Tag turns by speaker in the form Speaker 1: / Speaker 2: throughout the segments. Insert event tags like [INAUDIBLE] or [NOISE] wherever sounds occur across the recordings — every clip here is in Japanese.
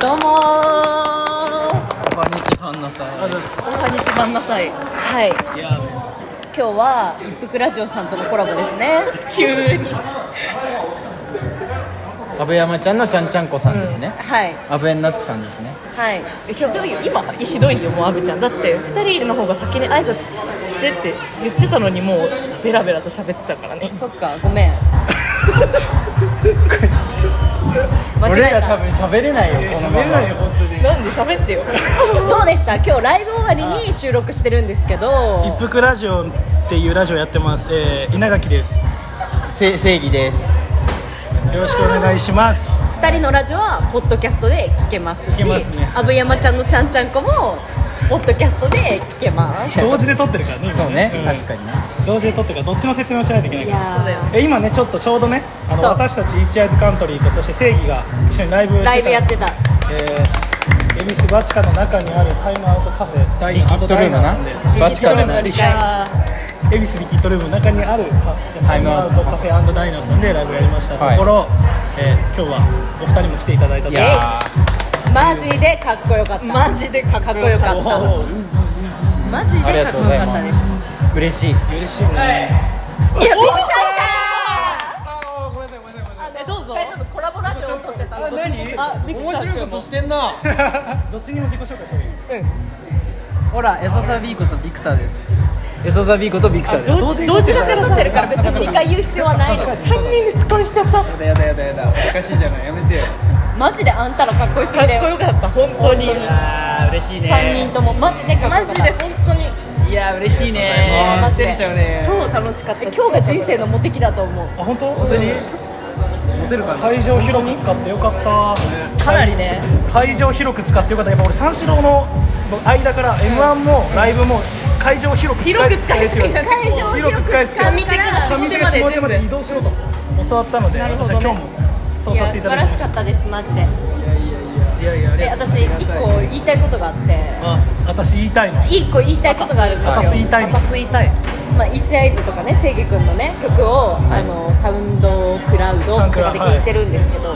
Speaker 1: どうも
Speaker 2: こんにちは、なさん。
Speaker 1: ーこんにちはんなさいはい
Speaker 2: いや、
Speaker 1: 今日は一服ラジオさんとのコラボですね急に
Speaker 2: 安倍山ちゃんのちゃんちゃんこさんですね。
Speaker 1: はい
Speaker 2: 安倍なつさんですね。
Speaker 1: はい
Speaker 3: ひどいよ今ひどいよもう阿部ちゃんだって2人の方が先に挨拶ししてって言ってたのにもうベラベラと喋ってたからね
Speaker 1: そっかごめん間
Speaker 2: 俺
Speaker 1: 違え
Speaker 2: ら多
Speaker 1: た
Speaker 2: 分喋れないよ、このまま。
Speaker 3: なんで喋ってよ
Speaker 1: どうでした今日ライブ終わりに収録してるんですけど
Speaker 4: 一服ラジオっていうラジオやってます、えー稲垣です
Speaker 2: せ、正義です。
Speaker 4: よろしくお願いします
Speaker 1: 2人のラジオはポッドキャストで聞けますし
Speaker 4: 聞けますね
Speaker 1: 阿部、山ちゃんのちゃんちゃんこもポッドキャストで聞けます
Speaker 4: [LAUGHS] 同時で撮ってるからね今
Speaker 2: そうね、
Speaker 4: ん
Speaker 2: 確かにね。
Speaker 4: 同時で撮ってるからどっちの説明をしないといけない
Speaker 1: い
Speaker 4: から
Speaker 1: や
Speaker 4: え今ねちょっとちょうどねあの
Speaker 1: そう
Speaker 4: 私たちイッチアイズカントリーとそして正義が一緒にライブをして
Speaker 1: ーラ
Speaker 4: た
Speaker 1: イブやってた
Speaker 4: えー恵比寿バチカの中にあるタイムアウトカフェダイ
Speaker 2: リキ
Speaker 4: アウ
Speaker 2: ッ
Speaker 4: ト
Speaker 2: ドル
Speaker 4: ダ
Speaker 2: ー
Speaker 4: イ
Speaker 2: ム
Speaker 4: ナー
Speaker 2: な
Speaker 4: なんで。
Speaker 2: バチカじゃない。
Speaker 1: 一回
Speaker 4: 恵比寿リキッドルームの中にあるカフェタイムアウトカフェダイナーさんでライブやりましたと
Speaker 2: はい
Speaker 4: ころ、えー今日はお二人も来ていただいたと
Speaker 2: いや
Speaker 1: マジでかっこよかった
Speaker 3: マジでかっこよかった
Speaker 4: おー
Speaker 1: マジでかっこよかったです
Speaker 2: ー、嬉しい。
Speaker 4: 嬉しいね
Speaker 1: いや見たいなどうぞ大丈夫コラボラジオ撮ってたの
Speaker 2: 面白いことしてんな。
Speaker 4: どっちにも自己紹介してもいい
Speaker 5: ほら、エソザビーコとビクターです。エソザビーコとビクターです。
Speaker 3: 同時同時だから
Speaker 1: 撮ってるから別に2回言う必要はないの
Speaker 3: 3人で使いしちゃったかっ
Speaker 5: やだやだやだやだ、おかしいじゃない、やめてよ。
Speaker 1: マジであんたらかっこよすぎだ
Speaker 3: こよかった本当に
Speaker 5: あー、嬉しい
Speaker 1: 3。人ともマジでかっこよか
Speaker 3: マジ
Speaker 1: っ
Speaker 3: で
Speaker 1: た
Speaker 3: 本当に
Speaker 5: いや、嬉しい
Speaker 1: ありがとうございま
Speaker 5: ね
Speaker 1: す
Speaker 5: 照れちゃうね。
Speaker 3: 超楽しかった
Speaker 1: え今日が人生のモテ期だと思う
Speaker 4: あ本当
Speaker 5: 本当に。モテるかな。
Speaker 4: 会場広く使ってよかった
Speaker 3: かなりね
Speaker 4: 会場広く使ってよかったやっぱ俺三四郎の間から m 1もライブも会場広く使えって言われて
Speaker 1: 会場を
Speaker 4: 広く使えって言
Speaker 1: 広く使って
Speaker 4: われて下見から下見まで移動しろと教わったので私は今日もそう
Speaker 1: い
Speaker 4: さ
Speaker 1: や
Speaker 4: せて
Speaker 1: 素晴
Speaker 4: いただ
Speaker 1: ら
Speaker 4: きま
Speaker 1: し
Speaker 4: し
Speaker 1: かったですマジで
Speaker 4: たいやいやい
Speaker 1: で
Speaker 4: や
Speaker 1: 私1個言いたいことがあって
Speaker 4: あ私言いたいの [LAUGHS]
Speaker 1: 1個言いたいことがあるんです
Speaker 4: 私
Speaker 1: よ
Speaker 4: 言いたいの
Speaker 3: 吸いたい
Speaker 1: まあ、イチアイズとかね、正義君のね、曲を、あのサウンドクラウド
Speaker 4: サウン
Speaker 1: と
Speaker 4: クラ
Speaker 1: かで聴いてるんですけど、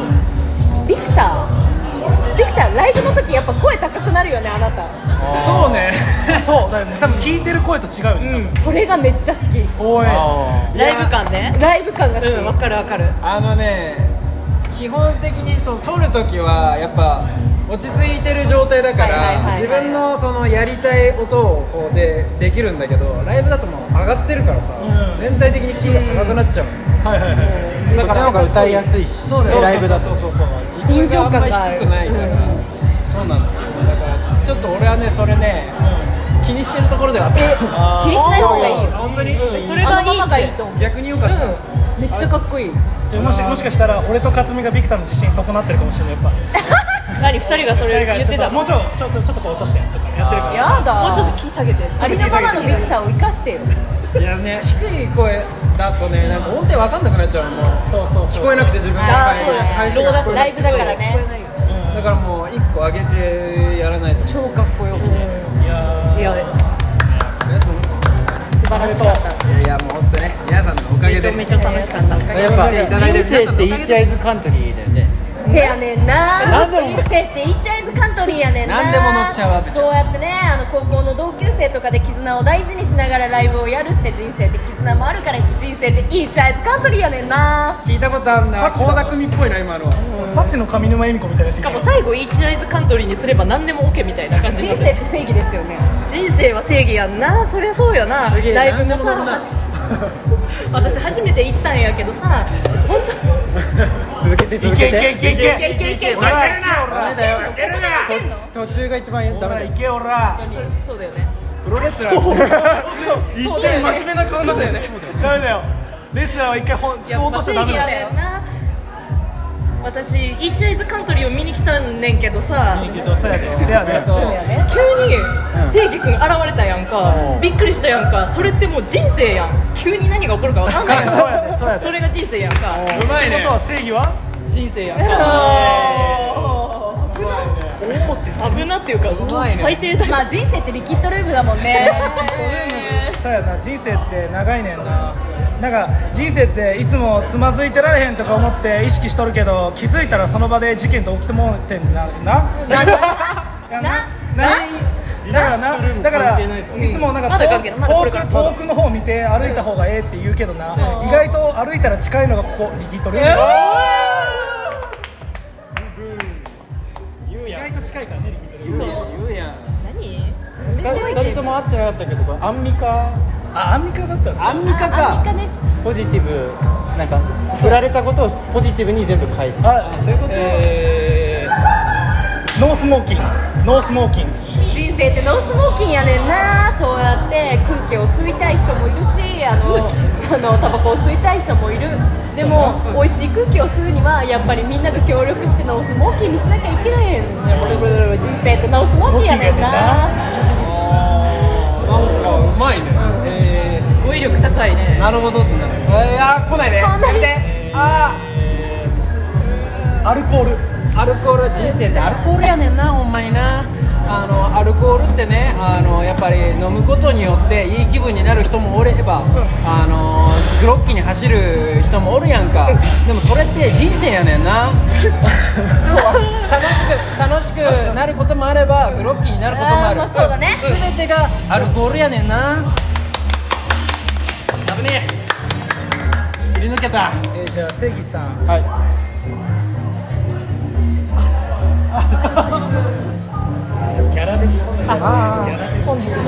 Speaker 1: ビクター、ビクター、ライブの時やっぱ声高くなるよね、あなた、
Speaker 5: そうね。
Speaker 4: そうだよね多分聞いてる声と違うよね
Speaker 1: それがめっちゃ好き、
Speaker 4: 多分おい
Speaker 2: あ
Speaker 3: ライブ感ね
Speaker 1: ライブ感が好き、
Speaker 3: うんわかるわかる
Speaker 5: あのね。基本的に、その撮る時は、やっぱ。落ち着いてる状態だか
Speaker 1: はいはいはいは
Speaker 5: ら
Speaker 1: い
Speaker 5: 自分のそのやりたい音をこうでできるんだけどライブだともう上がってるからさ、
Speaker 4: うん
Speaker 5: 全体的にキーが高くなっちゃう、
Speaker 4: はいはいはい
Speaker 2: ー。だから、なんか歌いやすいし、
Speaker 5: そうだよ
Speaker 2: ライブだと
Speaker 5: そう。そうそうそう
Speaker 1: 臨場感がある
Speaker 5: 自分あんまり低くないから、そうなんですよだからちょっと俺はねそれね、気にしてるところではあった
Speaker 1: 気にしない方がいいよ、
Speaker 5: 本当に、
Speaker 3: それが
Speaker 1: あの
Speaker 3: いい
Speaker 1: ままがいいと思
Speaker 5: 逆に良かった、
Speaker 1: う、めっちゃかっこいい、
Speaker 4: じゃあもしもしかしたら俺と克実がビクターの自信損なってるかもしれないやっぱ
Speaker 3: 何2人がそれ言っ
Speaker 4: ちょ
Speaker 3: て
Speaker 4: っと
Speaker 3: たも
Speaker 4: もうちょちょっとちょっとこう落としてとかやってるから
Speaker 1: やだ、
Speaker 3: うちょっと気下げて
Speaker 1: ありのままのビクターを生かしてよ、
Speaker 5: いやね低い声だとねなんか音程わかんなくなっちゃうのもう
Speaker 4: そうそうそう
Speaker 5: 聞こえなくて自分の会
Speaker 1: そうだね
Speaker 5: 返しが聞こえな
Speaker 1: ライ
Speaker 5: く
Speaker 1: ブ
Speaker 5: て
Speaker 1: だからね、
Speaker 5: だからもう一個上げてやらないと
Speaker 1: 超かっこよくて、
Speaker 4: いや
Speaker 3: いや
Speaker 1: 素晴らしかった、
Speaker 5: いやいやもう本当ね皆さんのおかげ
Speaker 3: めち
Speaker 5: で
Speaker 3: ゃめちゃ楽しかった
Speaker 2: やっぱ、人生ってイーチアイズカントリーだよね。
Speaker 1: せやねんな
Speaker 2: なんでも
Speaker 1: 人生ってイチアイズカントリーやねんな
Speaker 5: なんでも乗っちゃうわ部長
Speaker 1: そうやってねあの高校の同級生とかで絆を大事にしながらライブをやるって人生って絆もあるから人生ってイチャイズカントリーやねんな
Speaker 5: 聞いたことあんな倖田來未っぽいな今の
Speaker 4: パチの上沼恵美子みたいな人
Speaker 3: しかも最後イーチアイズカントリーにすれば何でも OK みたいな感じ
Speaker 1: 人生って正義ですよね
Speaker 3: 人生は正義やんなそりゃそうやな
Speaker 5: すげえ
Speaker 3: ライブ
Speaker 5: 何で
Speaker 3: も
Speaker 5: も乗るな
Speaker 3: さ私初めて行ったんやけどさ本
Speaker 2: 続けて、
Speaker 4: い
Speaker 2: 続
Speaker 4: け
Speaker 2: け
Speaker 4: いけ
Speaker 2: て。
Speaker 4: いけい
Speaker 3: 当い
Speaker 4: け
Speaker 3: けいけいけ
Speaker 4: おら
Speaker 2: ダメだよ。と途中が一番ダ
Speaker 4: お
Speaker 2: メだ
Speaker 4: ら
Speaker 2: よ
Speaker 4: い。けおら
Speaker 3: そうだよね
Speaker 5: プロレスラー一瞬真面目な顔になったよね
Speaker 4: ダメだよレスラーは一回本そう落としちゃダメだよ
Speaker 3: よな私イーチアイズカントリーを見に来たんねんけどさ
Speaker 4: いいけどそうやでそうやで
Speaker 3: 急に正義君現れたやんかびっくりしたやんかそれってもう人生やん急に何が起こるかわかんない [LAUGHS] やん
Speaker 4: そうやでそうやで
Speaker 3: それが人生やんか
Speaker 5: うまい
Speaker 4: って
Speaker 5: ね
Speaker 4: ことは正義は
Speaker 3: 人生やんか危なっていうか最低だよ
Speaker 1: まあ人生ってリキッドルームだもんね
Speaker 4: そうやな人生って長いねんななんか人生っていつもつまずいてられへんとか思って意識しとるけど気づいたらその場で事件と起きてもうてんなな
Speaker 1: な
Speaker 4: だからなだからいつもなんか
Speaker 3: まだ関係ないまだこ
Speaker 4: 遠
Speaker 3: れか
Speaker 4: く遠くの方を見て歩いた方がええって言うけどな意外と歩いたら近いのがここ右取る意外と近いからね力取る
Speaker 3: 何
Speaker 2: 2人とも会ってなかったけどこれアンミカ
Speaker 4: あアンミカだったんですか
Speaker 5: アンミカ
Speaker 1: あ
Speaker 5: か
Speaker 1: 3日です
Speaker 2: ポジティブなんか振られたことをポジティブに全部返す
Speaker 4: あ
Speaker 5: そういうこと
Speaker 4: えーノースモーキングノースモーキング
Speaker 1: 人生ってノースモーキンやねんなそうやって空気を吸いたい人もいるしあ [LAUGHS] のあのタバコを吸いたい人もいるでも美味しい空気を吸うにはやっぱりみんなが協力してノースモーキンにしなきゃいけないへんブルブルブル人生ってノースモーキンやねんな
Speaker 5: なんかうまいねえ
Speaker 3: 語彙力高い
Speaker 5: ー、
Speaker 3: ね
Speaker 5: なるほどってなるいやー来ないね
Speaker 1: こんなに
Speaker 5: あ
Speaker 4: アルコール
Speaker 5: ーアルコール人生ってアルコールやねんなほんまになあのアルコールってねあのやっぱり飲むことによっていい気分になる人もおれば、あのグロッキーに走る人もおるやんかでもそれって人生やねんな楽しく [LAUGHS] 楽しくなることもあればグロッキーになることもある
Speaker 1: あーまあそうだね
Speaker 5: 全てがアルコールやねんな
Speaker 4: 危ね
Speaker 5: 切り抜けた
Speaker 4: ええーじゃあ正義さん
Speaker 2: はい
Speaker 4: ギャラです。ああ、
Speaker 3: 本日のそ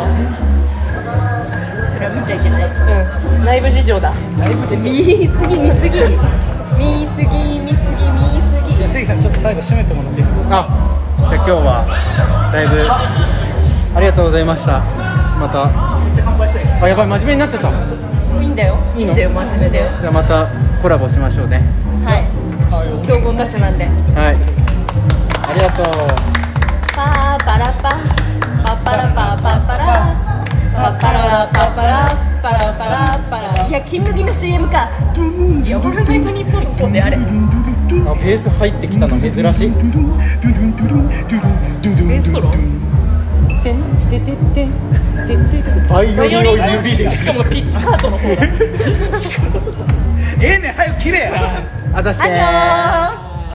Speaker 3: れは見ちゃいけないうん内部事情だ
Speaker 4: ライブ中。
Speaker 1: 見すぎ見すぎ見すぎ見すぎ見すぎ
Speaker 4: じゃあ、関さん、ちょっと最後締めてもらっていいです
Speaker 2: あ
Speaker 4: か。
Speaker 2: じゃあ今日はライブありがとうございましたまた
Speaker 4: めっちゃ乾杯したいです。
Speaker 2: あやばい真面目になっちゃったじ
Speaker 1: いいんだよ
Speaker 3: いいんだよ真面目だよ
Speaker 2: ゃあまたコラボしましょうね
Speaker 1: はい強豪歌手なんで
Speaker 2: はいありがとう
Speaker 1: パーパラパパパラパパパラパパララパパラパラパラパラいや金麦の CM か
Speaker 3: やばらないと日本の本であれ
Speaker 2: あベース入ってきたの珍しい
Speaker 3: ベースソロ
Speaker 2: てんてててんててててバイオリンを指で
Speaker 3: しかもピッチカートの方だ
Speaker 4: ええねん、早く切れや。
Speaker 2: あざして
Speaker 1: あにょー